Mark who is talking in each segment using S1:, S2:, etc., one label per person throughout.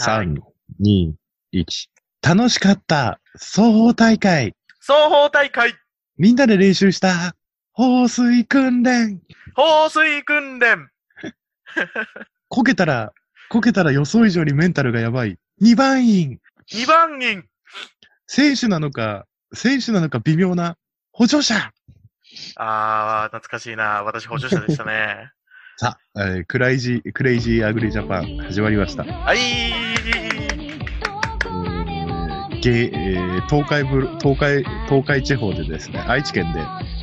S1: はい
S2: 3、2、1。楽しかった双方大会
S1: 双方大会、
S2: みんなで練習した放水訓練
S1: 放水訓練、
S2: こけたら、こけたら予想以上にメンタルがやばい。2番員
S1: 2番人、
S2: 選手なのか、選手なのか微妙な補助者
S1: あー、懐かしいな。私、補助者でしたね。
S2: さあ、えークライジー、クレイジーアグリジャパン始まりました。
S1: はい。
S2: ゲえー東海ブロ東海、東海地方でですね、愛知県で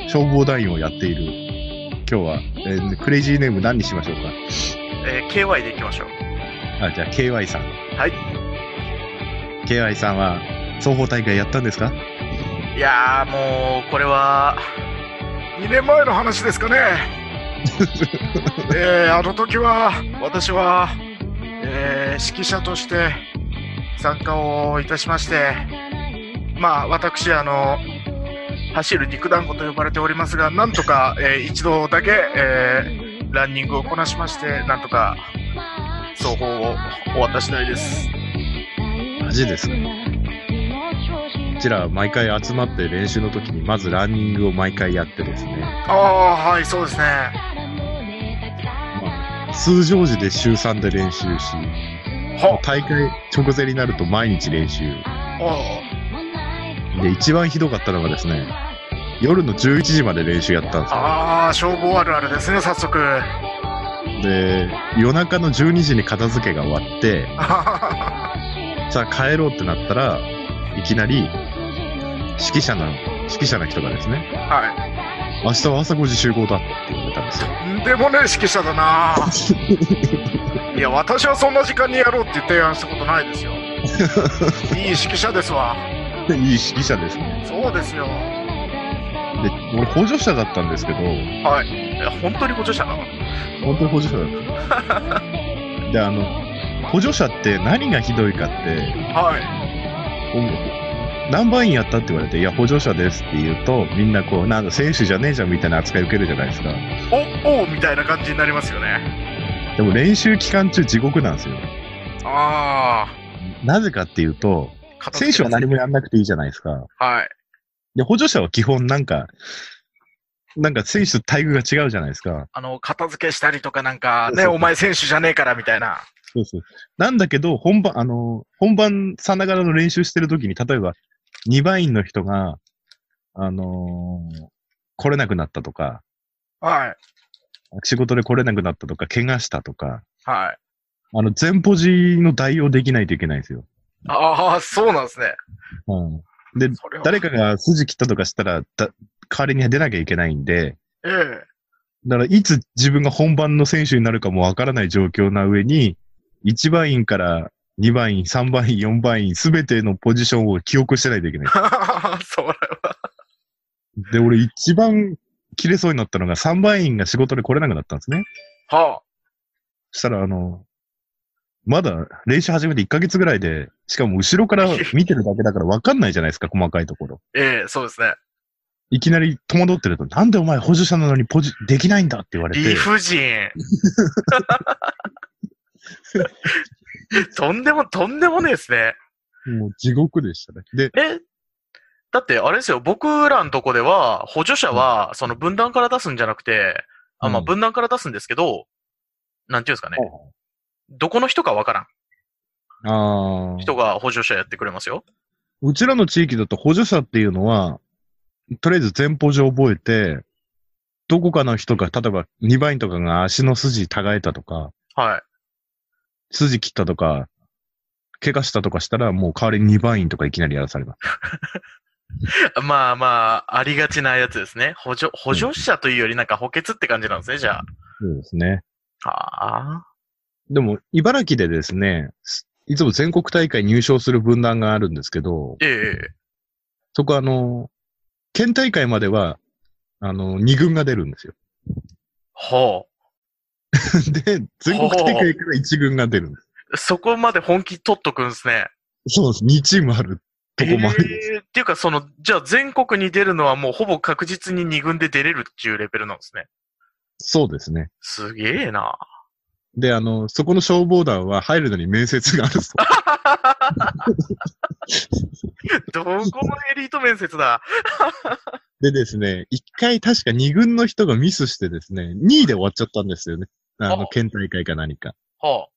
S2: 消防団員をやっている、今日は、えークレイジーネーム何にしましょうか
S1: えー KY でいきましょう。
S2: あ、じゃあ、KY さん。
S1: はい。
S2: KY さんは、双方大会やったんですか
S1: いやー、もう、これは、
S3: 2年前の話ですかね えーあの時は私は、えー指揮者として参加をいたしましてまあ私あの走る肉団子と呼ばれておりますがなんとか、えー一度だけ、えーランニングをこなしましてなんとか走行を終わった次第です
S2: マジですね。こちらは毎回集まって練習の時に、まずランニングを毎回やってですね、
S3: ああはいそうですね
S2: まあ、通常時で週3で練習し、
S3: は
S2: 大会直前になると毎日練習。
S3: あ
S2: で、一番ひどかったのがですね、夜の11時まで練習やったんですよ。
S3: あー消防あるあるですね早速
S2: で、夜中の12時に片付けが終わって、さあ帰ろうってなったら、いきなり、指揮者の、指揮者の人がですね、
S3: はい
S2: 明日は朝5時集合だって言われたんですよ。
S3: でもね、指揮者だ な。いや、私はそんな時間にやろうって提案したことないですよ。いい指揮者ですわ。
S2: いい指揮者ですね。
S3: そうですよ。
S2: で、俺補助者だったんですけど、
S3: はい。
S1: いや本当に補助者なの
S2: 本当に補助者だった。で、あの、補助者って何がひどいかって、
S3: はい。
S2: 音楽何番員やったって言われて、いや、補助者ですって言うと、みんなこう、なんだ、選手じゃねえじゃんみたいな扱い受けるじゃないですか。
S3: お、おみたいな感じになりますよね。
S2: でも練習期間中地獄なんですよ。
S3: あ
S2: なぜかっていうと、
S3: あ。片付け
S2: 選手は何もやんなくていいじゃないですか。
S3: はい。
S2: で、補助者は基本なんか、なんか選手と待遇が違うじゃないですか。
S3: あの、片付けしたりとかなんか、
S2: そう
S3: ね、
S2: そう
S3: お前選手じゃねえからみたいな。
S2: そうそう。なんだけど、本番、あの、本番さながらの練習してる時に、例えば、2番員の人が、あのー来れなくなったとか、
S3: はい。
S2: 仕事で来れなくなったとか、怪我したとか、
S3: はい。
S2: あの、全ポジの代用できないといけないんですよ。
S3: ああ、そうなんですね。
S2: うん、で、
S3: それは
S2: 誰かが筋切ったとかしたら、だ代わりに出なきゃいけないんで、
S3: え
S2: だからいつ自分が本番の選手になるかもわからない状況な上に、1番員から2番員、3番員、4番員、すべてのポジションを記憶してないといけない。
S3: え。それ
S2: で、俺一番切れそうになったのが3番員が仕事で来れなくなったんですね。
S3: は。
S2: そしたらあの、まだ練習始めて1ヶ月ぐらいで、しかも後ろから見てるだけだから分かんないじゃないですか、細かいところ。
S3: ええ、そうですね。
S2: いきなり戸惑ってると、なんでお前補助者なのにポジ、できないんだって言われて
S3: 理、不 尽。とんでも、とんでもねえですね。
S2: もう地獄でしたね。で、
S1: えだって、あれですよ、僕らのとこでは、補助者は、その分断から出すんじゃなくて、あまあ、
S2: うん
S1: 分断から出すんですけど、なんていうんですかね
S2: はいは、
S1: どこの人かわからん
S2: あー
S1: 人が補助者やってくれますよ。
S2: うちらの地域だと補助者っていうのは、とりあえず前方上覚えて、どこかの人が、例えば2番員とかが足の筋違えたとか、
S1: はい。
S2: 筋切ったとか、怪我したとかしたら、もう代わりに2番員とかいきなりやらされます。
S1: まあまあ、ありがちなやつですね。補助、補助者というよりなんか補欠って感じなんですね、じゃ
S2: そうですね。
S1: あ。はあ。
S2: でも、茨城でですね、すいつも全国大会入賞する分断があるんですけど、
S1: ええ
S2: そこはあの、県大会までは、あの、2軍が出るんですよ。
S1: ほ
S2: で、全国大会から1軍が出るんです。
S1: う。そこまで本気取っとくんですね。
S2: そうです。2チームあるとこもあるんです。
S1: えーっていうか、その、じゃあ全国に出るのはもうほぼ確実に2軍で出れるっていうレベルなんですね。
S2: そうですね。
S1: すげえな。
S2: で、あの、そこの消防団は入るのに面接があるそう。
S1: どこもエリート面接だ。
S2: でですね、一回確か二軍の人がミスしてですね、2位で終わっちゃったんですよね。あ
S1: あ
S2: の、県大会か何か。
S1: は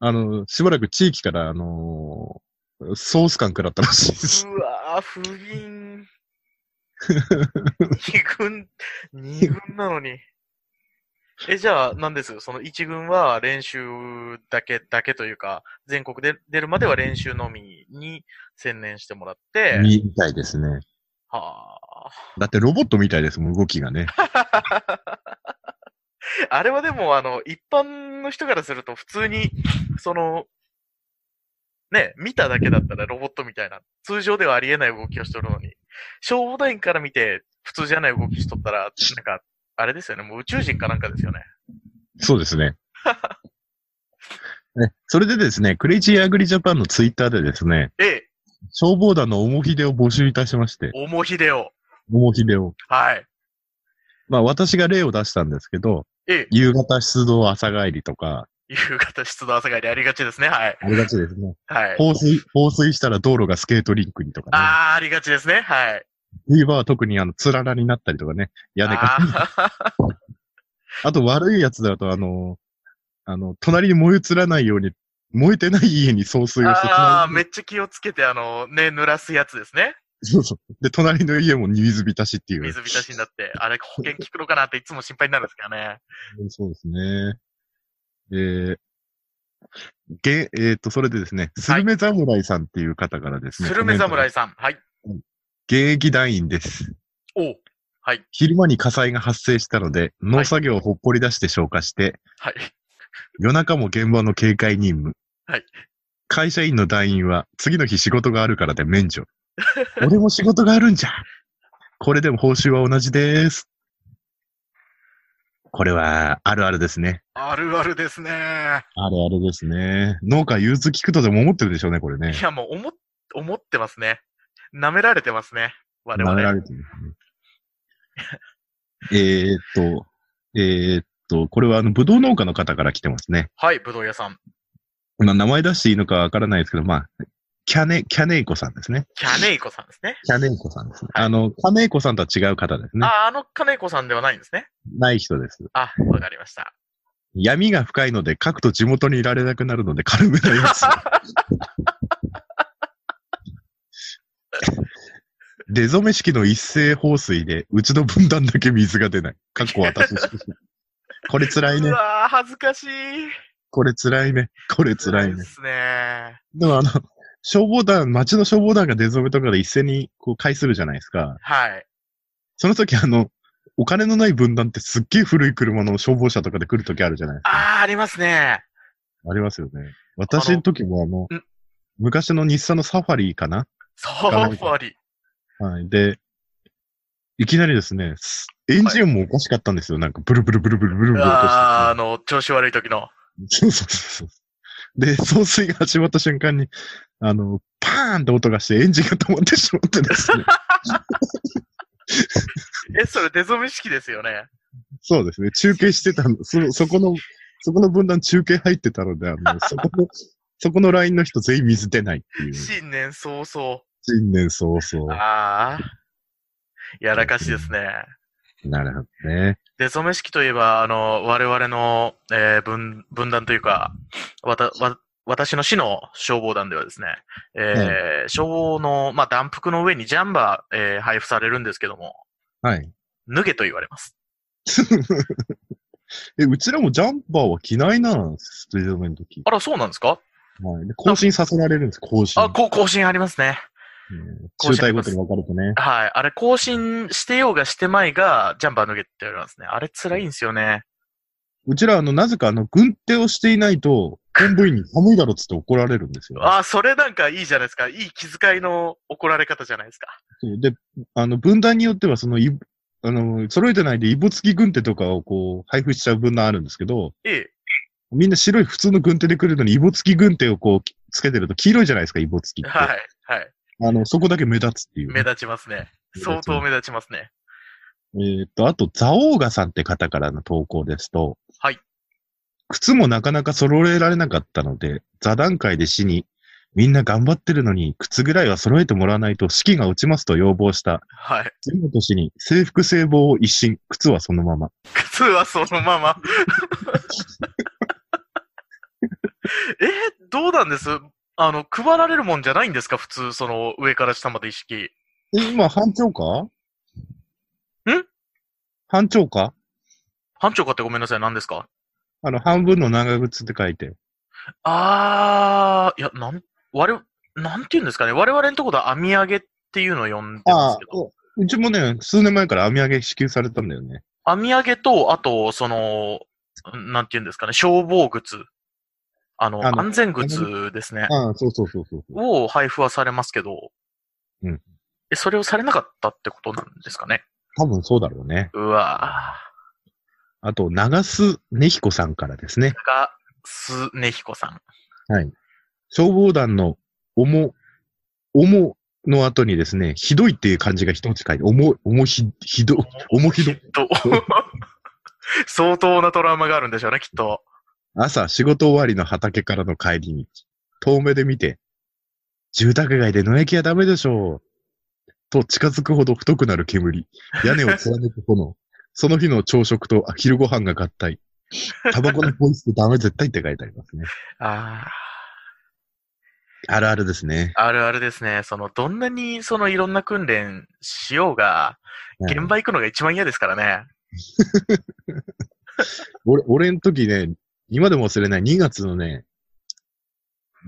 S2: あの、しばらく地域から、あのーソース感食らったらしいです
S1: あ、。うわぁ、不倫。二軍、二軍なのに。え、じゃあ、なんですその一軍は練習だけ、だけというか、全国で出るまでは練習のみに専念してもらって、
S2: みたいですね。
S1: はあ。
S2: だってロボットみたいですもん、動きがね。
S1: あれはでも、あの、一般の人からすると、普通に、その、ね、見ただけだったらロボットみたいな、通常ではありえない動きをしとるのに、消防団員から見て、普通じゃない動きしとったら、なんか、あれですよね、もう宇宙人かなんかですよね。
S2: そうですね。ねそれでですね、クレイジーアグリジャパンのツイッターでですね、
S1: ええ、
S2: 消防団の重ひでを募集いたしまして、
S1: おもひでを。
S2: 重ひでを。
S1: はい。
S2: まあ私が例を出したんですけど、
S1: ええ、
S2: 夕方出動朝帰りとか、
S1: 夕方出動朝帰りありがちですね。はい。
S2: ありがちですね。
S1: はい。
S2: 放水、放水したら道路がスケートリンクにとかね。
S1: ああ、ありがちですね。はい。
S2: 冬場は特にあの、つららになったりとかね、屋根から。
S1: あー
S2: あと悪いやつだと、あの、あの、隣に燃え移らないように、燃えてない家に送水をして、
S1: あー、めっちゃ気をつけて、あの、ね、濡らすやつですね。
S2: そうそう。で、隣の家も水浸しっていう。
S1: 水浸しになって、あれ保険効くのかなっていつも心配になるんですけどね。
S2: そうですね。えー、げ、えー、っと、それでですね、スルメ侍さんっていう方からですね。
S1: スルメ
S2: コメン
S1: 侍
S2: ト
S1: さん。はい。
S2: が。現役団員です。
S1: おうはい。
S2: 昼間に火災が発生したので、農作業をほっぽり出して消火して、
S1: はい。
S2: 夜中も現場の警戒任務。
S1: はい。
S2: 会社員の団員は次の日仕事があるからで免除。俺も仕事があるんじゃ。これでも報酬は同じです。これはあるあるですね。
S3: あるあるですね。。
S2: あるあるですね。農家融通聞くとでも思ってるでしょうね、これね
S1: い。や、もう思っ、思ってますね。舐められてますね。我
S2: 舐めら
S1: 々。
S2: れてる、ね。えーっと、えーっと、これはあの、ぶどう農家の方から来てますね。
S1: はい、ぶどう屋さん。
S2: まあ、名前出していいのかわからないですけど、まあ、キャネ、キャネイコさんですね。
S1: キャネイコさんですね。
S2: キャネイコさんですね。あの、カネイコさんとは違う方ですね。
S1: ああ、あのカネイコさんではないんですね。
S2: ない人です。
S1: あ、わかりました。
S2: 闇が深いので、書くと地元にいられなくなるので、軽めなや つ。出初め式の一斉放水で、うちの分断だけ水が出ない。かっこ私。これ辛いうね。
S1: わー、恥ずかしい。
S2: これ辛いね。これ辛い
S1: で
S2: ね。
S1: すね。
S2: でもあの、消防団、町の消防団が出初めとかで一斉にこう会するじゃないですか。
S1: はい。
S2: その時あの、お金のない分断ってすっげえ古い車の消防車とかで来る時あるじゃないですか。
S1: ああ、ありますね。
S2: ありますよね。私の時もあの、
S1: ん
S2: 昔の日産のサファリかな
S1: サーファリ。
S2: はい。で、いきなりですね、すエンジン音もおかしかったんですよ。なんかブルブルブルブルブルブル
S1: ああー、
S2: と
S1: あの、調子悪い時の。
S2: して。そうそうそうそう。で、送水が始まった瞬間に、あの、パーンって音がしてエンジンが止まってしまってですね。
S1: え、それ出初め式ですよね。
S2: そうですね。中継して たの、そ、そこの、そこの分断中継入ってたので、 あの、そこの、そこのラインの人全員水出ないっていう。
S1: 新年早々。
S2: 新年早々。
S1: ああ。やらかしですね。
S2: なるほどね。
S1: で、染め式といえば、あの、我々の、えー分、分断というか、わた、わ、私の市の消防団ではですね、えー消防の、まあ、団服の上にジャンバー、えー配布されるんですけども、
S2: はい。
S1: 脱げと言われます。
S2: え、うちらもジャンパーは着ないな、スペードメの時。
S1: あら、そうなんですか
S2: はい。で更新させられるんです、更新。
S1: あ、こう、更新ありますね。
S2: うん
S1: 更新
S2: 中退ごとに分かれてね。
S1: はい。あれ、更新してようがしてまいが、ジャンバー脱げって言われますね。あれ、辛いんですよね。
S2: うちら、あの、なぜか、あの、軍手をしていない と、本部員に寒いだろっつって怒られるんですよ。
S1: ああ、それなんかいいじゃないですか。いい気遣いの怒られ方じゃないですか。
S2: そうで、あの、分断によっては、その、いあの、揃えてないで、イボ付き軍手とかをこう、配布しちゃう分断あるんですけど、
S1: ええ。
S2: みんな白い普通の軍手で来るのに、イボ付き軍手をこう、きつけてると黄色いじゃないですか、イボ付きって。
S1: はい、はい。
S2: あの、そこだけ目立つっていう。
S1: 目立ちますね。相当目立ちますね。
S2: えーっと、あと、ザオーガさんって方からの投稿ですと、
S1: はい。
S2: 靴もなかなか揃えられなかったので、座談会で市に、みんな頑張ってるのに靴ぐらいは揃えてもらわないと士気が落ちますと要望した。
S1: はい。
S2: 次の年に制服制帽を一新、靴はそのまま。
S1: 靴はそのま ま。え、どうなんですあの、配られるもんじゃないんですか普通、その、上から下まで意識。
S2: え、今、班長か
S1: ん
S2: 班長か
S1: 班長かってごめんなさい、何ですか
S2: あの、半分の長靴って書いて。
S1: あー、いや、なん、我々、なんて言うんですかね。我々のところでは網上げっていうのを呼んでま
S2: ああ
S1: すけど、、
S2: うちもね、数年前から網上げ支給されたんだよね。
S1: 網上げと、あと、その、なんて言うんですかね、消防靴。あの、
S2: あの
S1: 安全靴ですね。
S2: ああ、そうそうそうそうそう。
S1: を配布はされますけど、
S2: うん
S1: え、それをされなかったってことなんですかね。
S2: 多分そうだろうね。
S1: うわ
S2: あと、長須ねひこさんからですね
S1: ぁ。。高須根彦さん。
S2: 消防団のおも、おもの後にですね、ひどいっていう漢字が一つ書いて、おも、おもひ、ひど、おもひど。
S1: と、相当なトラウマがあるんでしょうね、きっと。
S2: 朝、仕事終わりの畑からの帰りに、遠目で見て、住宅街で野焼きはダメでしょう。と近づくほど太くなる煙、屋根を貫く炎、その日の朝食と昼ご飯が合体、タバコのポイ捨てダメ絶対って書いてありますね。
S1: あ
S2: あるあるですね。
S1: あ、あるあるですね。その、どんなに、その、いろんな訓練しようが、
S2: はい
S1: 現場行くのが一番嫌ですからね。
S2: 俺、俺の時ね、今でも忘れない、2月のね、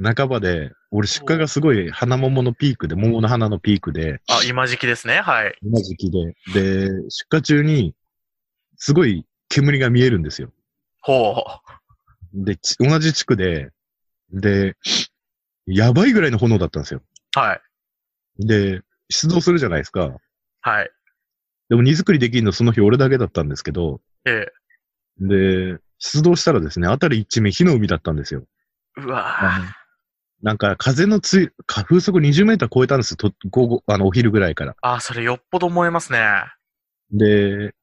S2: 半ばで、俺出荷がすごい花桃のピークで、桃の花のピークで、
S1: あ、今時期ですね、はい。
S2: 同じ期で、で、出荷中に、すごい煙が見えるんですよ。
S1: ほ
S2: で、ち同じ地区で、で、やばいぐらいの炎だったんですよ。
S1: う。はい。
S2: で、出動するじゃないですか。
S1: はい。
S2: でも荷造りできるのその日俺だけだったんですけど、
S1: ええ。
S2: で、出動したらですね、あたり一面火の海だったんですよ。
S1: うわ
S2: あ
S1: ぁ
S2: のなんか風のつい、か風速20メーター超えたんですよ、と午後、あの、お昼ぐらいから。
S1: あ、それよっぽど燃えますね。
S2: で、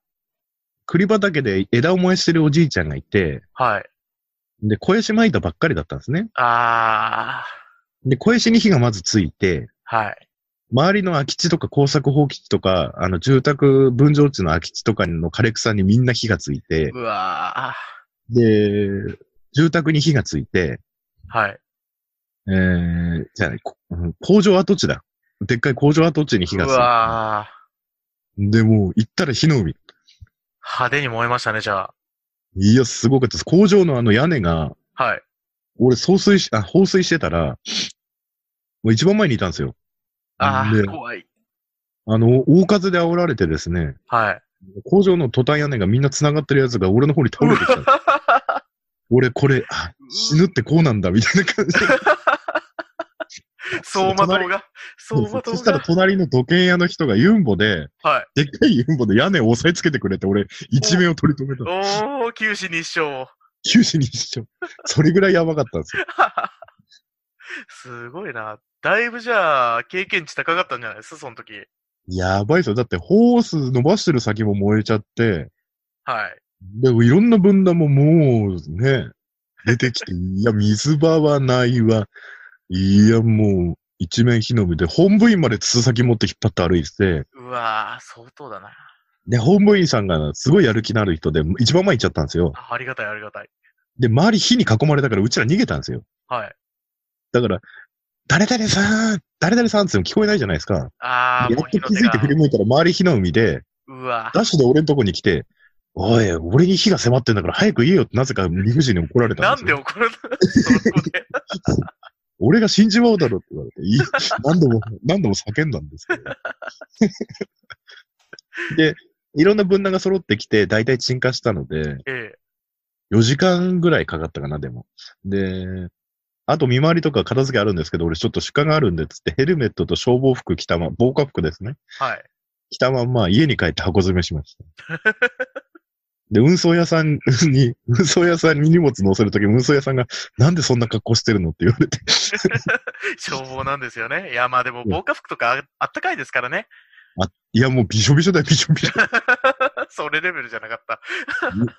S2: 栗畑で枝を燃やしてるおじいちゃんがいて、
S1: はい。
S2: で、小石撒いたばっかりだったんですね。
S1: あ
S2: で、小石に火がまずついて、
S1: あ、はい。
S2: 周りの空き地とか工作放棄地とか、あの、住宅分譲地の空き地とかの枯れ草にみんな火がついて
S1: う、わ
S2: で、住宅に火がついて、
S1: ーはい。
S2: えー、じゃあね、こうん工場跡地だ。でっかい工場跡地に火
S1: う
S2: がついて。
S1: わー
S2: で、もう行ったら火の海。
S1: 派手に燃えましたね、じゃあ。
S2: いや、すごかったです。工場のあの屋根が、
S1: はい。
S2: 俺、送水し、あ、放水してたら、もう一番前にいたんですよ。
S1: あ
S2: で
S1: あ、怖い。
S2: あの、大風で煽られてですね、
S1: はい。
S2: 工場のトタン屋根がみんな繋がってるやつが俺の方に倒れてき た。俺、これ、あ死ぬってこうなんだ、みたいな感じで。
S1: 相馬灯が、相馬
S2: そ
S1: 灯
S2: したら
S1: が。
S2: 隣の時計屋の人がユンボで、
S1: はい。
S2: でっかいユンボで屋根を押さえつけてくれて、俺、一命を取り留め た。
S1: おー、九死に一生。
S2: 九死に一生。それぐらいやばかったんですよ。
S1: すごいな。だいぶじゃあ、経験値高かったんじゃないですその時。
S2: やばいですよ。だって、ホース伸ばしてる先も燃えちゃって、
S1: はい。
S2: でもいろんな分断ももうね、出てきて、いや、水場はないわ。いや、もう、一面火の海で、本部員まで筒先持って引っ張って歩いてて、
S1: うわー、相当だな。
S2: で、本部員さんがすごいやる気のある人で、一番前行っちゃったんですよ。
S1: あありがたい、ありがたい。
S2: で、周り火に囲まれたから、うちら逃げたんですよ。
S1: はい。
S2: だから、誰々さん、誰々さんっても聞こえないじゃないですか。
S1: あー、
S2: や
S1: もう
S2: っ
S1: 火
S2: と
S1: の
S2: 気
S1: 手
S2: づい
S1: が
S2: て振。り向いたら、周り火の海で、
S1: うわ
S2: ダッシュで俺のとこに来て、おい、俺に火が迫ってんだから早く言えよってなぜか理不尽に怒られた
S1: なん
S2: です
S1: ん
S2: よ
S1: で。怒るの そこで。
S2: 俺が死んじまうだろって言われて、い何度も、何度も叫んだんですけど。 で、いろんな分断が揃ってきて、大体鎮火したので、
S1: ええ。
S2: 4時間ぐらいかかったかな、でも。で、あと見回りとか片付けあるんですけど、俺ちょっと出荷があるんで、つってヘルメットと消防服着たま、防火服ですね。
S1: はい。
S2: 着たまんま家に帰って箱詰めしました。で、運送屋さんに、 運送屋さんに荷物乗せるとき、運送屋さんが、なんでそんな格好してるのって言われて、
S1: 消防なんですよね。いや、まあでも、防火服とかああったかいですからね。
S2: いや、もうびしょびしょだよ、びしょびしょ。
S1: それレベルじゃなかった。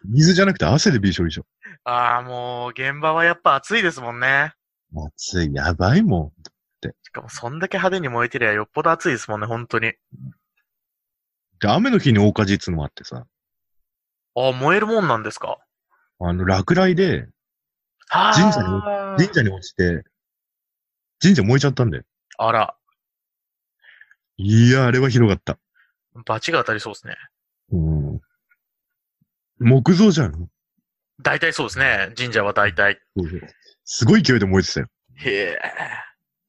S2: 水じゃなくて汗でびしょびしょ。
S1: ああ、もう、現場はやっぱ暑いですもんね。
S2: 暑い、やばいもん。
S1: しかも、そんだけ派手に燃えてりゃよっぽど暑いですもんね、本当に。
S2: で、雨の日に大火事っつうのもあってさ、
S1: ああ、燃えるもんなんですか。
S2: あの、落雷で
S1: あ
S2: 神社に
S1: あ
S2: 神社に落ちて、神社燃えちゃったんだよ。
S1: あら、
S2: いや、あれはひどかった。
S1: 罰が当たりそうですね。
S2: うん。木造じゃん。
S1: 大体そうですね、神社は大体。
S2: すごい勢いで燃えてたよ。
S1: へえ。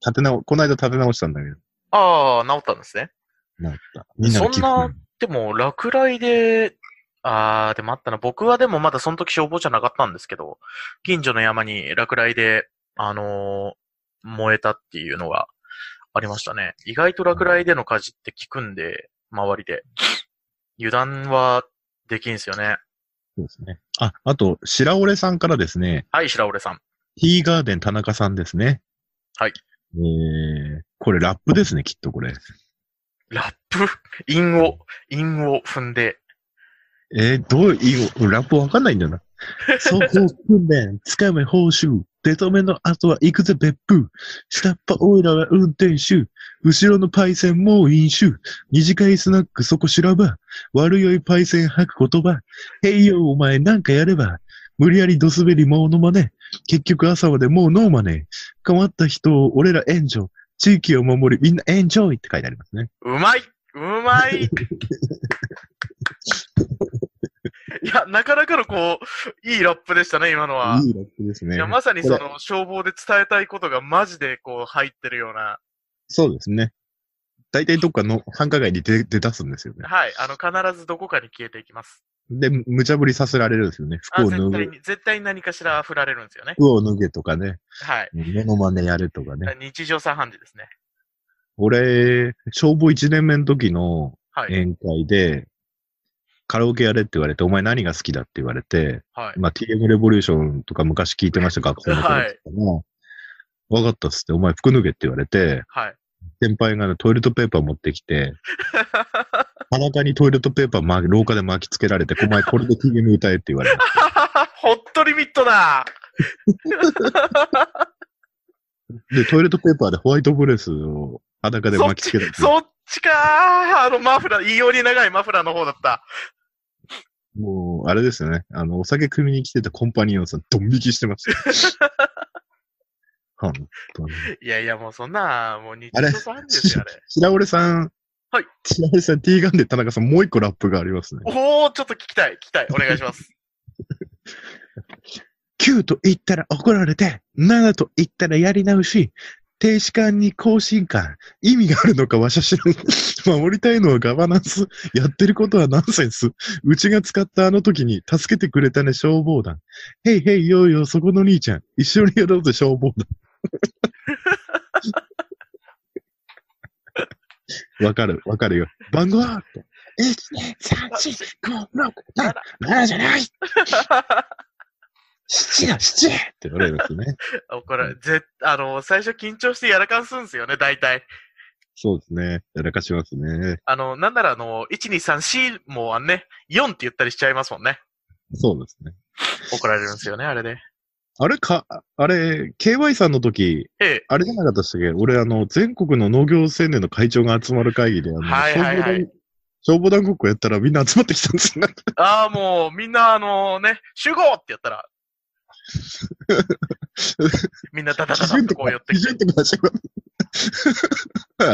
S2: 立て直、この間立て直したんだけど。
S1: ああ、治ったんですね。
S2: なんか、みんなの寄付
S1: そんなでも、落雷で、ああ、でもあったな。僕はでもまだその時消防じゃなかったんですけど、近所の山に落雷で、あのー燃えたっていうのがありましたね。意外と落雷での火事って聞くんで、周りで。油断はできんすよね。
S2: そうですね。あ、あと、白折さんからですね、
S1: はい、白織さん。
S2: ティーガーデン田中さんですね。
S1: はい。
S2: えー、これラップですね、きっとこれ。
S1: ラップ韻を、韻を踏んで。
S2: えー、どういう、いいラップわかんないんだよな。走行訓練、つかめ報酬、出止めの後は行くぜ別府、下っ端オイラは運転手、後ろのパイセンもう飲酒、二次会スナックそこ修羅場、悪酔いパイセン吐く言葉、へいよお前なんかやれば、無理やりドスベリモノマネ、結局朝までもうノーマネ、変わった人を俺ら援助、地域を守りみんなエンジョイって書いてありますね。
S1: うまいうまいいや、なかなかのこう、いいラップでしたね、今のは。
S2: いいラップですね
S1: いや、まさにそ
S2: こ
S1: の消防で伝えたいことがマジでこう入ってるような、
S2: そうですね。大体どっかの繁華街に出出だすんですよね。
S1: はい、あの、必ずどこかに消えていきます。
S2: で、む無茶ぶりさせられるんですよね。服
S1: あ
S2: を脱
S1: 絶対
S2: ぐ、
S1: に、絶対に何かしら振られるんですよね。
S2: 服を脱げとかね、
S1: はい。
S2: モノマネやれとかね。
S1: 日常茶飯事ですね。
S2: 俺、消防1年目の時の
S1: はい。
S2: 宴会で、カラオケやれって言われて、お前何が好きだって言われて、
S1: はい。
S2: まあ TM レボリューションとか昔聞いてました、学生の頃
S1: はい
S2: とかも、わかったっつって、お前服脱げって言われて、
S1: はい。
S2: 先輩がね、トイレットペーパー持ってきて、裸にトイレットペーパーま、廊下で巻きつけられて、お前これで TM 歌えって言われて。
S1: ホットリミットだ
S2: で、トイレットペーパーでホワイトブレスを裸で巻きつけられて。
S1: そっちかーあのマフラー、異様に長いマフラーの方だった。
S2: もう、あれですよね。あの、お酒組みに来てたコンパニオンさん、ドン引きしてました。 ほんとに。
S1: いやいや、もうそんな、もう日
S2: あれ
S1: 常茶飯事ですよ、あれ。
S2: 白織さん。
S1: はい。
S2: 白織さん、T ガンで田中さん、もう一個ラップがありますね。
S1: おー、ちょっと聞きたい、聞きたい。お願いします。
S2: 9と言ったら怒られて、7と言ったらやり直し、停止感に更新感、意味があるのかわしゃ知らん。 守りたいのはガバナンス、やってることはナンセンス。うちが使ったあの時に助けてくれたね消防団。へいへいよいよそこの兄ちゃん、一緒にやろうぜ消防団。 わかる、わかるよ。番号は !1,2,3,4,5,6,7,7 じゃない七だ、七って言われるんですね。
S1: あこれ、ぜあの、最初緊張してやらかすんですよね、大体。
S2: そうですね。やらかしますね。
S1: あの、なんならあの、1、2、3、4もあのね、4って言ったりしちゃいますもんね。
S2: そうですね。
S1: 怒られるんですよね、あれで。
S2: あれか、あれ、KY さんの時、
S1: え
S2: あれじゃなかったっすっけ俺、あの、全国の農業青年の会長が集まる会議で、あの、
S1: はいはいはい
S2: 消防団消防団ごっこやったらみんな集まってきたんです よ。
S1: え。ああ、もう、みんなあのね、集合ってやった ら、みんなダダダダってこう寄って
S2: 基
S1: きて
S2: 準、とか始まる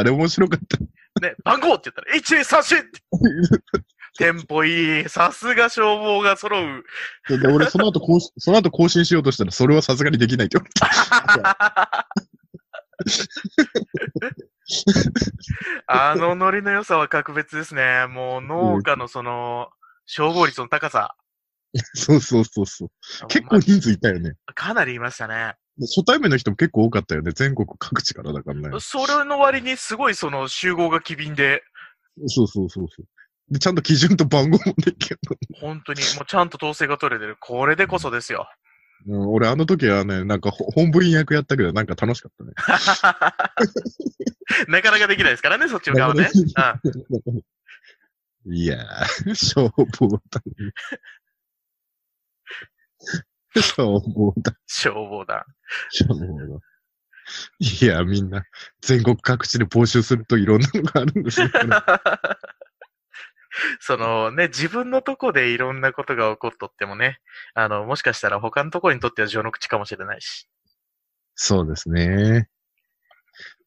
S2: あれ面白かった。
S1: ね、番号って言ったら、1、2、3、4! テンポいい。さすが消防が揃う。
S2: でで、俺、その後更新、その後更新しようとしたら、それはさすがにできないって言われ
S1: あのノリの良さは格別ですね。もう農家のその、消防率の高さ。
S2: た。そうそうそうそう。結構人数いたよね。
S1: まかなりいましたね。
S2: で初対面の人も結構多かったよね。全国各地からだからね。
S1: それの割にすごいその集合が機敏で、
S2: そうそうそうそう。で、ちゃんと基準と番号もできる
S1: 本当にもうちゃんと統制が取れてる。これでこそですよ。
S2: の。うん、俺、あの時はね、なんかほ、本部員役やったけど、なんか楽しかったね。
S1: なかなかできないですからね、そっちの側はね。うん
S2: いやー、消防団。消防団、
S1: 消防団。
S2: 消防団。いや、みんな、全国各地で募集するといろんなのがあるんですよ。
S1: そのね、自分のとこでいろんなことが起こっとってもね、あの、もしかしたら他のとこにとっては序の口かもしれないし。
S2: そうですね。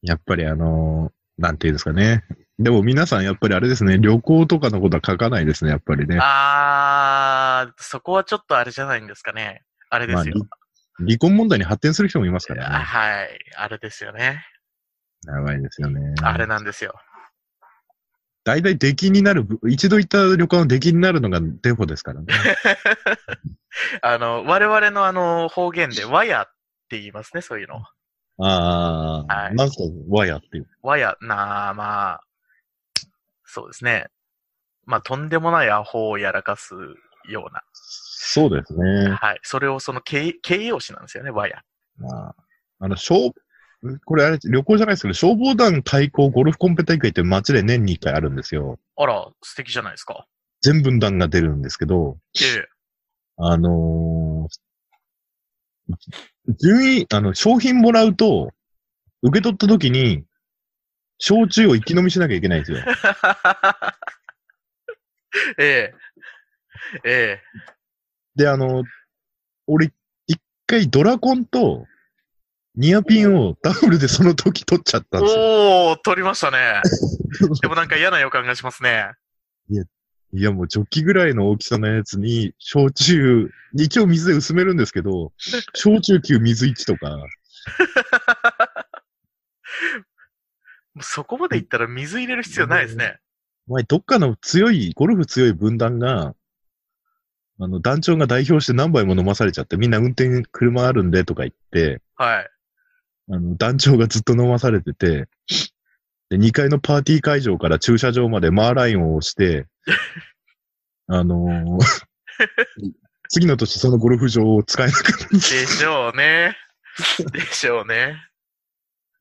S2: やっぱりあのーなんていうんですかね。でも皆さんやっぱりあれですね、旅行とかのことは書かないですね、やっぱりね。
S1: あー、そこはちょっとあれじゃないんですかね。あれですよ。
S2: まあ離婚問題に発展する人もいますか
S1: あ
S2: らね。
S1: はい。あれですよね。
S2: やばいですよね。
S1: あれなんですよ。
S2: 大体出禁になる、一度行った旅館は出禁になるのがデフォです からね。
S1: あの、我々のあの、方言で、和やって言いますね、そういうの。
S2: ああ、
S1: はい
S2: なんか和やっていう。
S1: 和や、なあ、まあ、そうですね。まあ、とんでもないアホをやらかすよう
S2: そうです
S1: な。
S2: ね。
S1: はい。それをその形形容詞なんですよね、和や。
S2: ああの、消、これあれ、旅行じゃないですけど、消防団対抗ゴルフコンペ大会って街で年に1回あるんですよ。
S1: あら、素敵じゃないですか。
S2: 全分団が出るんですけど、
S1: ええ。
S2: あのー順位、あの、商品もらうと、受け取った時に、焼酎を一気飲みしなきゃいけないんですよ。
S1: え え。え
S2: で、あの、俺、一回ドラコンと、ニアピンをダブルでその時取っちゃっ
S1: え。
S2: たんですよ。
S1: おー、取りましたね。でもなんか嫌な予感がしますね。
S2: いや、もうジョッキぐらいの大きさのやつに、焼酎、一応水で薄めるんですけど、焼酎級水1とか、
S1: もうそこまで行ったら水入れる必要ないですね。
S2: お前、どっかの強い、ゴルフ強い分断が、あの、団長が代表して何杯も飲まされちゃって、みんな運転、車あるんでとか言って、
S1: はい。
S2: あの、団長がずっと飲まされてて、で、2階のパーティー会場から駐車場までマーライオンを押して、あのー次の年そのゴルフ場を使えなくなって、
S1: でしょうね。でしょうね。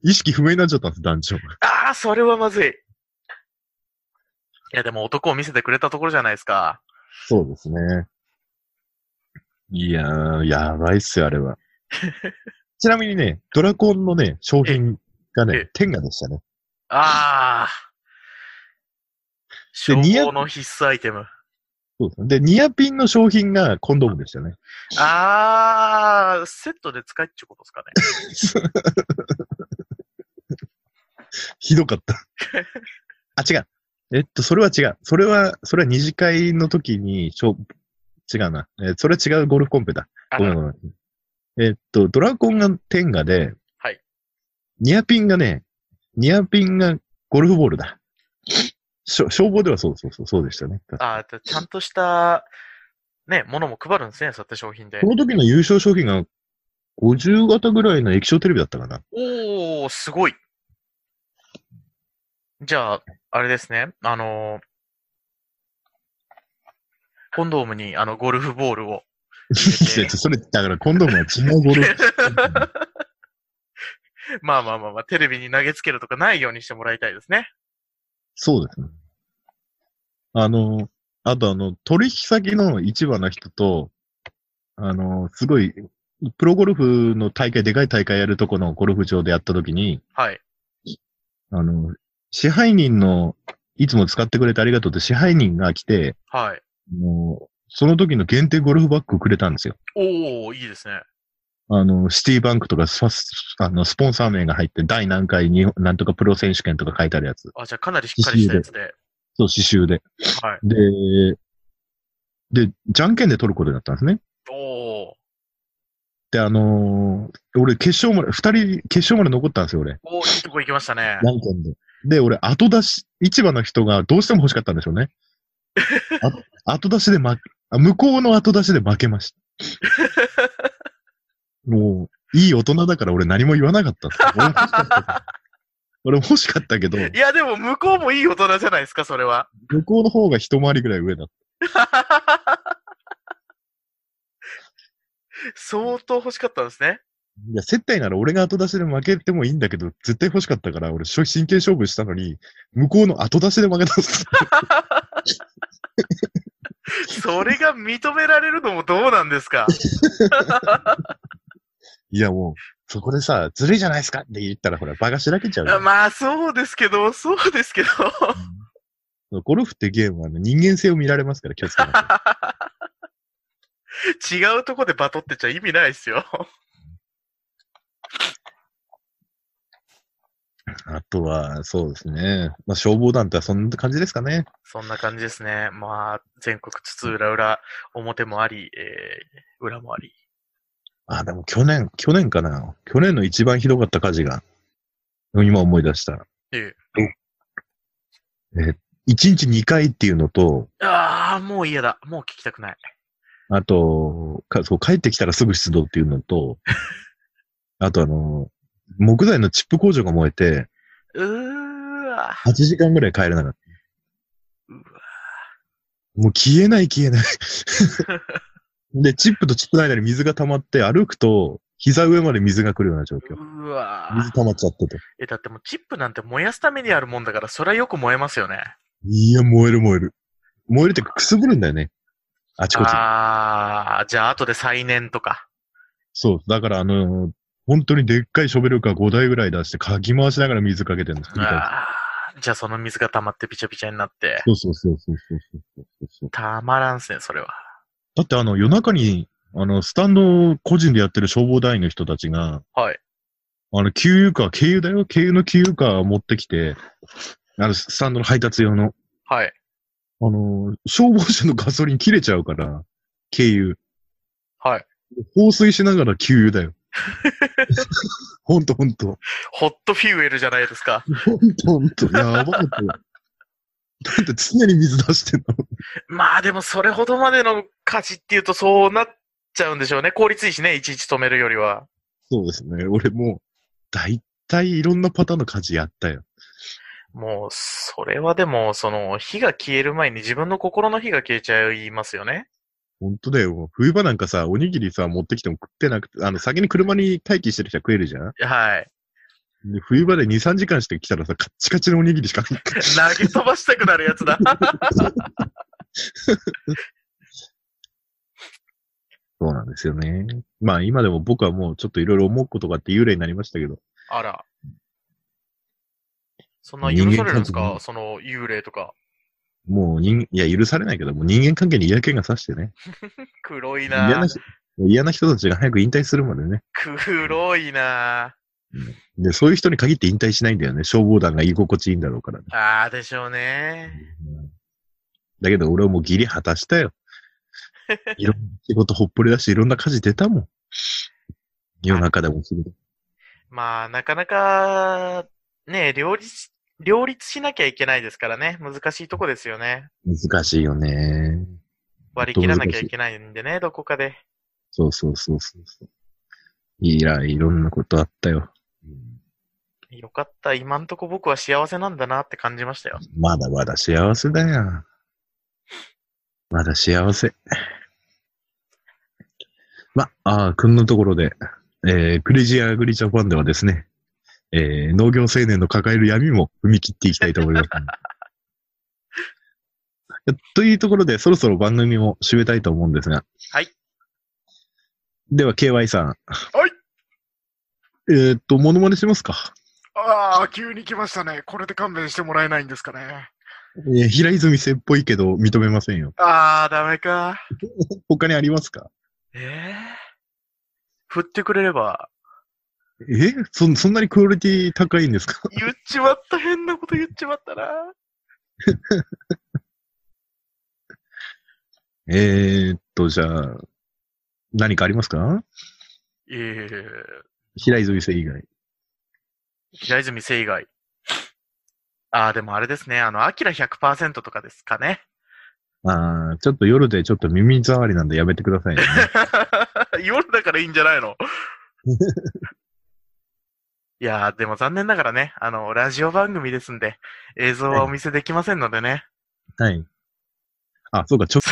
S2: 意識不明になっちゃったんです、団長が。
S1: ああ、それはまずい。いや、でも男を見せてくれたところじゃないですか。
S2: そうですね。いやー、やばいっすよ、あれは。 ちなみにね、ドラコンのね、商品が
S1: え
S2: ね、天下でしたね。
S1: ああ。
S2: で
S1: 消
S2: ニア
S1: 防の必須アイテム。
S2: そうですね。で、ニアピンの商品がコンドームでした ね。
S1: ああ、セットで使いっちゅうことですかね。
S2: ひどか った。あ、違う。えっと、それは違う。それは、それは二次会の時に、しょ違うな。えーそれは違うゴルフコンペだ。
S1: あ
S2: ごめんごめん。えっと、ドラコンが天下で、
S1: はい。
S2: ニアピンがね、ニアピンがゴルフボールだ。しょ消防ではそうそうそう、そうでしたね。
S1: あーちゃんとした、ね、ものも配るんですね、そうやって商品で
S2: こ。の時の優勝商品が、50型ぐらいの液晶テレビだったかな。
S1: おー、すごい。じゃあ、あれですね、あのーコンドームにあのゴルフボールを。
S2: いやそれ、だからコンドームは違うゴ ルフ。
S1: まあまあまあまあ、テレビに投げつけるとかないようにしてもらいたいですね。
S2: そうですね。あの、あとあの、取引先の市場の人と、あの、すごい、プロゴルフの大会、でかい大会やるとこのゴルフ場でやった時に、
S1: はい。
S2: あの、支配人の、いつも使ってくれてありがとうって支配人が来て、
S1: はい。
S2: もう、その時の限定ゴルフバッグをくれたんですよ。
S1: おー、いいですね。
S2: あの、シティバンクとかスパス、あの、スポンサー名が入って、第何回日本、なんとかプロ選手権とか書いてあるやつ。
S1: あ、じゃあかなりしっかりしたやつで。
S2: そう、刺繍で。
S1: はい。
S2: で、で、じゃんけんで取ることになったんですね。
S1: おー。
S2: で、あのー俺決勝まで、二人決勝まで残ったんですよ、俺。
S1: おー、いいとこ行きましたね。
S2: じゃんけんで。で、俺、後出し、市場の人がどうしても欲しかったんでしょ うね。あ後出しで負け、あ向こうの後出しで負けま した。もう、いい大人だから俺何も言わなかったんですよ。俺も欲しかったけ ど俺も欲しかったけど、
S1: いや、でも向こうもいい大人じゃないですか、それは。
S2: 向こうの方が一回りぐらい上だっ
S1: 相当欲しかったんですね。
S2: いや、接待なら俺が後出しで負けてもいいんだけど、絶対欲しかったから、俺、真剣勝負したのに、向こうの後出しで負けたんです。
S1: それが認められるのもどうなんですか
S2: いや、もう、そこでさ、ずるいじゃないですかって言ったら、ほら、場がしらけちゃうよ、
S1: まあ、そうですけど、そうですけど。
S2: ゴルフってゲームは、ね、人間性を見られますから、気をつけ ま
S1: 違うとこでバトってちゃ意味ないですよ。
S2: す。あとは、そうですね。まあ、消防団ってはそんな感じですかね。
S1: そんな感じですね。まあ、全国津々浦々、表もあり、えー、裏もあり。
S2: あ、でも去年、去年かな。去年の一番ひどかった火事が、今思い出した。
S1: え
S2: えー、1日2回っていうのと、
S1: ああ、もう嫌だ。もう聞きたくない。
S2: あと、かそう帰ってきたらすぐ出動っていうのと、 あとあの、木材のチップ工場が燃えて、
S1: うーわ。
S2: 8時間ぐらい帰れなかった。
S1: うわ
S2: もう消えない消えない。で、チップとチップの間に水が溜まって歩くと、膝上まで水が来るような状況。
S1: うわ
S2: 水溜まっちゃってて。
S1: え、だってもうチップなんて燃やすためにあるもんだから、それはよく燃えますよね。
S2: いや、燃える燃える。燃えるってかくすぶるんだよね。あちこち。
S1: ああ、じゃあ後で再燃とか。
S2: そう。だからあのー本当にでっかいショベルカー5台ぐらい出して、かき回しながら水かけてるんです。繰り返し
S1: あーじゃあその水が溜まってびちゃびちゃになって。
S2: そうそうそうそうそうそうそうそう。
S1: たまらんっすね、それは。
S2: だってあの夜中に、あの、スタンドを個人でやってる消防団員の人たちが、
S1: はい。
S2: あの、給油カー、軽油だよ、軽油の給油カーを持ってきて、あの、スタンドの配達用の、
S1: はい。
S2: あの、消防車のガソリン切れちゃうから、軽油。
S1: はい。
S2: 放水しながら給油 だよ。ほんとほんと。
S1: ホットフィューエルじゃないですか。
S2: ほんとほんと。やばかったよ。だって常に水出してんの。
S1: まあでもそれほどまでの価値っていうとそうなっちゃうんでしょうね。効率いいしね、いちいち止めるよりは。
S2: そうですね。俺もう、だいたいいろんなパターンの家事やったよ。
S1: もう、それはでも、その、火が消える前に自分の心の火が消えちゃいますよね。
S2: ほんとだよ。冬場なんかさ、おにぎりさ、持ってきても食ってなくて、あの、先に車に待機してる人は食えるじゃん
S1: はい。
S2: で冬場で2、3時間してきたらさ、カッチカチのおにぎりしかない。
S1: 投げ飛ばしたくなるやつだ。
S2: そうなんですよね。まあ今でも僕はもうちょっといろいろ思うことがあって幽霊になりましたけど。
S1: あら。そんな許されるんで
S2: 人間関係
S1: すか
S2: ね
S1: その幽霊とか。
S2: もう人、いや許されないけど、もう人間関係に嫌気がさしてね。
S1: 黒い
S2: 嫌
S1: な
S2: な人嫌な人たちが早く引退するまでね。
S1: 黒いな
S2: で、そういう人に限って引退しないんだよね。消防団が居心地いいんだろうからね。
S1: ああ、でしょうね。
S2: だけど俺はもうギリ果たしたよ。いろんな仕事ほっぽり出していろんな家事出たもん。夜中でもすぐ。
S1: まあ、なかなか、ね、両立、両立しなきゃいけないですからね。難しいとこですよね。
S2: 難しいよね。
S1: 割り切らなきゃいけないんでね、どこかで。
S2: そうそうそうそうそう。いや、いろんなことあったよ。
S1: よかった。今んとこ僕は幸せなんだなって感じましたよ。
S2: まだまだ幸せだよ。まだ幸せ。ま、あーくんのところで、えー、クレイジーアグリジャパンではですね、えー、農業青年の抱える闇も踏み切っていきたいと思います。 というところで、そろそろ番組を締めたいと思うんですが。
S1: はい。
S2: では、KY さん。はいえーっと、モノマネしますか。
S3: ああ、急に来ましたね。これで勘弁してもらえないんですかね。
S2: えー平泉せっぽいけど認めませんよ。
S1: ああ、ダメか。
S2: 他にありますか
S1: ええ振ってくれれば、
S2: えそそんなにクオリティ高いんですか
S1: 言っちまった、変なこと言っちまったな。
S2: えーっと、じゃあ、何かありますか
S1: いえいえいえ、
S2: 平泉星以外。
S1: 平泉聖以外。ああ、でもあれですね。あの、アキラ100%とかですかね。
S2: あーちょっと夜でちょっと耳障りなんでやめてくださいね。
S1: 夜だからいいんじゃないの いやー、でも残念ながらね、あの、ラジオ番組ですんで、映像はお見せできませんのでね。
S2: はい。あ、そうか、ちょ、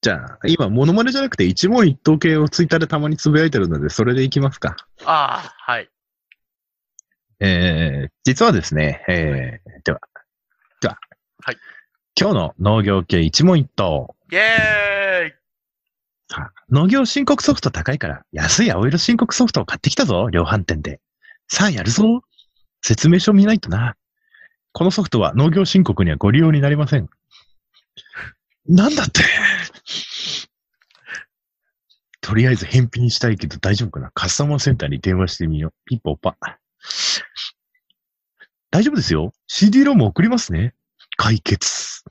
S2: じゃあ、今、モノマネじゃなくて一問一答系をツイッターでたまにつぶやいてるので、それでいきますか。
S1: ああ、はい。
S2: えー、実はですね、えー、では、では、
S1: はい。
S2: 今日の農業系一問一答。
S1: イェーイ
S2: さあ農業申告ソフト高いから、安い青色申告ソフトを買ってきたぞ、量販店で。さあ、やるぞ。説明書見ないとな。このソフトは農業申告にはご利用になりません。なんだってとりあえず返品したいけど大丈夫かなカスタマーセンターに電話してみよう。ピッポッパ。大丈夫ですよ。CD ローム送りますね。解決。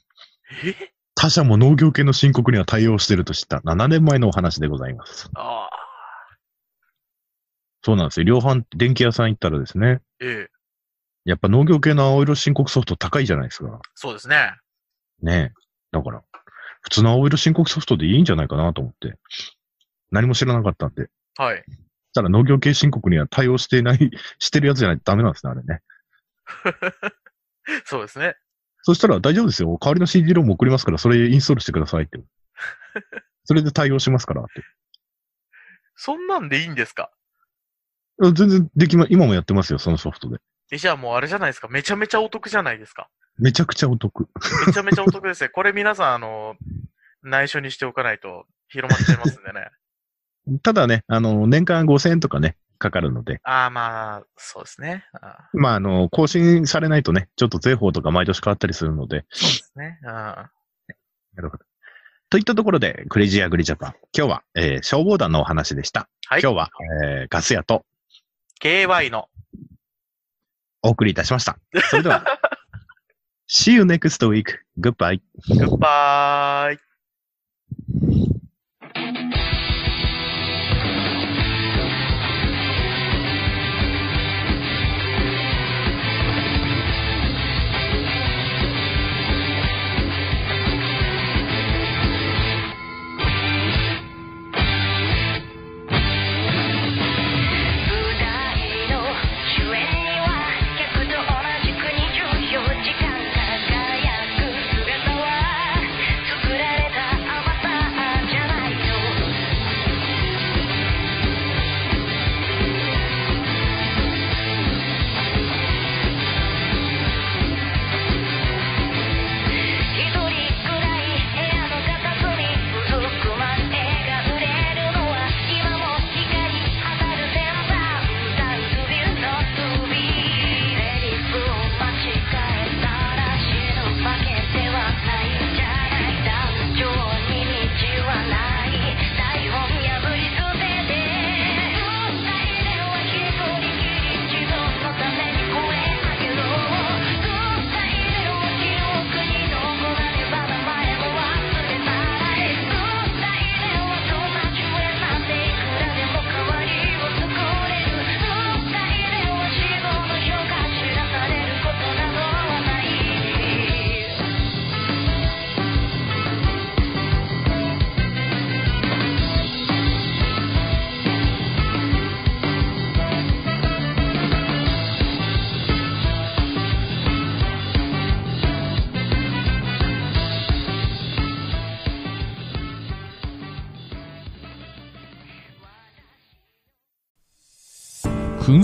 S1: え
S2: 他社も農業系の申告には対応してると知った7年前のお話でございます。
S1: ああ。
S2: そうなんですよ。量販、電気屋さん行ったらですね、
S1: ええ。
S2: やっぱ農業系の青色申告ソフト高いじゃないですか。
S1: そうですね。
S2: ねえ。だから、普通の青色申告ソフトでいいんじゃないかなと思って。何も知らなかったんで。
S1: はい。
S2: ただ農業系申告には対応していない、 してるやつじゃないとダメなんですね、あれね。
S1: そうですね。
S2: そしたら大丈夫ですよ。代わりの CD ローム送りますから、それインストールしてくださいって。それで対応しますからって。
S1: そんなんでいいんですか
S2: 全然できま、今もやってますよ、そのソフトで。
S1: え、じゃあもうあれじゃないですか。めちゃめちゃお得じゃないですか。
S2: めちゃくちゃお得。
S1: めちゃめちゃお得 ですね。これ皆さん、あの、内緒にしておかないと広まっちゃいますんでね。
S2: ただね、あの、年間5000円とかね、かかるので。
S1: ああ、まあ、そうですね。ああ
S2: まあ、あの、更新されないとね、ちょっと税法とか毎年変わったりするので。
S1: そうですね。ああ
S2: なるほど。といったところで、クレイジーアグリジャパン。今日は、えー消防団のお話でした。
S1: はい
S2: 今日は、えーガス屋と
S1: KY の。
S2: お送りいたしました。それで は、See you next week. Goodbye.
S1: グッバーイ。
S4: 「舞台の主演は客と同じく24時間」「輝く姿は作られたアバターじゃないと」「一人くらい部屋の片隅」「うずくまってが売れるのは今も光当たるセンサー」「歌う首をの首」「レリフを間違えたら死ぬわけではないじゃない」「壇上に道はない」「台本破り捨てて」「問題では一人きり一度のために声上げろ」「問題では記憶に残らねば名前も忘れない」「問題ではどんな自分なんていくらでも代わりを作れる」「問題では死後の評価知らされることなどはない」
S5: 燻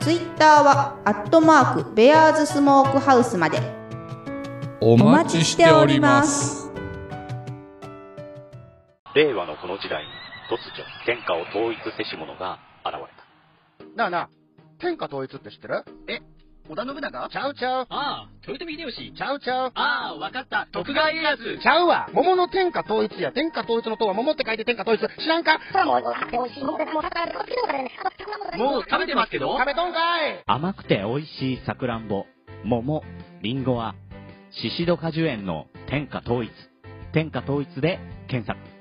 S6: すツイッターはアットマークベアーズスモークハウスまで
S5: お
S6: 待ちしております
S7: 令和のこの時代に突如天下を統一せし者が現れた
S8: なあなあ、天下統一って知ってるえ、織田信長ちゃうちゃう。
S9: ああ、豊臣秀吉。
S8: ちゃうちゃう。
S9: ああ、わかった。徳川家康。
S8: ちゃうわ。桃の天下統一や。天下統一の塔は桃って書いて天下統一。知らんか
S9: もう食べてますけど。
S8: 食べとんかい
S10: 甘くて美味しいさくらんぼ、桃、りんごは、シシド果樹園の天下統一。天下統一で検索。